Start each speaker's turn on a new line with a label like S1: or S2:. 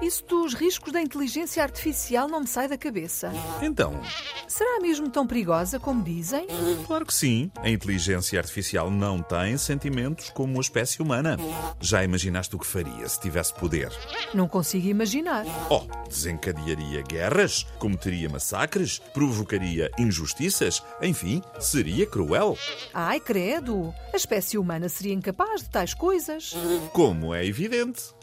S1: Isso dos riscos da inteligência artificial não me sai da cabeça.
S2: Então,
S1: Será mesmo tão perigosa como dizem?
S2: claro que sim, a inteligência artificial não tem sentimentos como a espécie humana. Já imaginaste o que faria se tivesse poder?
S1: Não consigo imaginar.
S2: Oh, desencadearia guerras, cometeria massacres, provocaria injustiças, enfim, seria cruel.
S1: Ai, credo! A espécie humana seria incapaz de tais coisas.
S2: Como é evidente,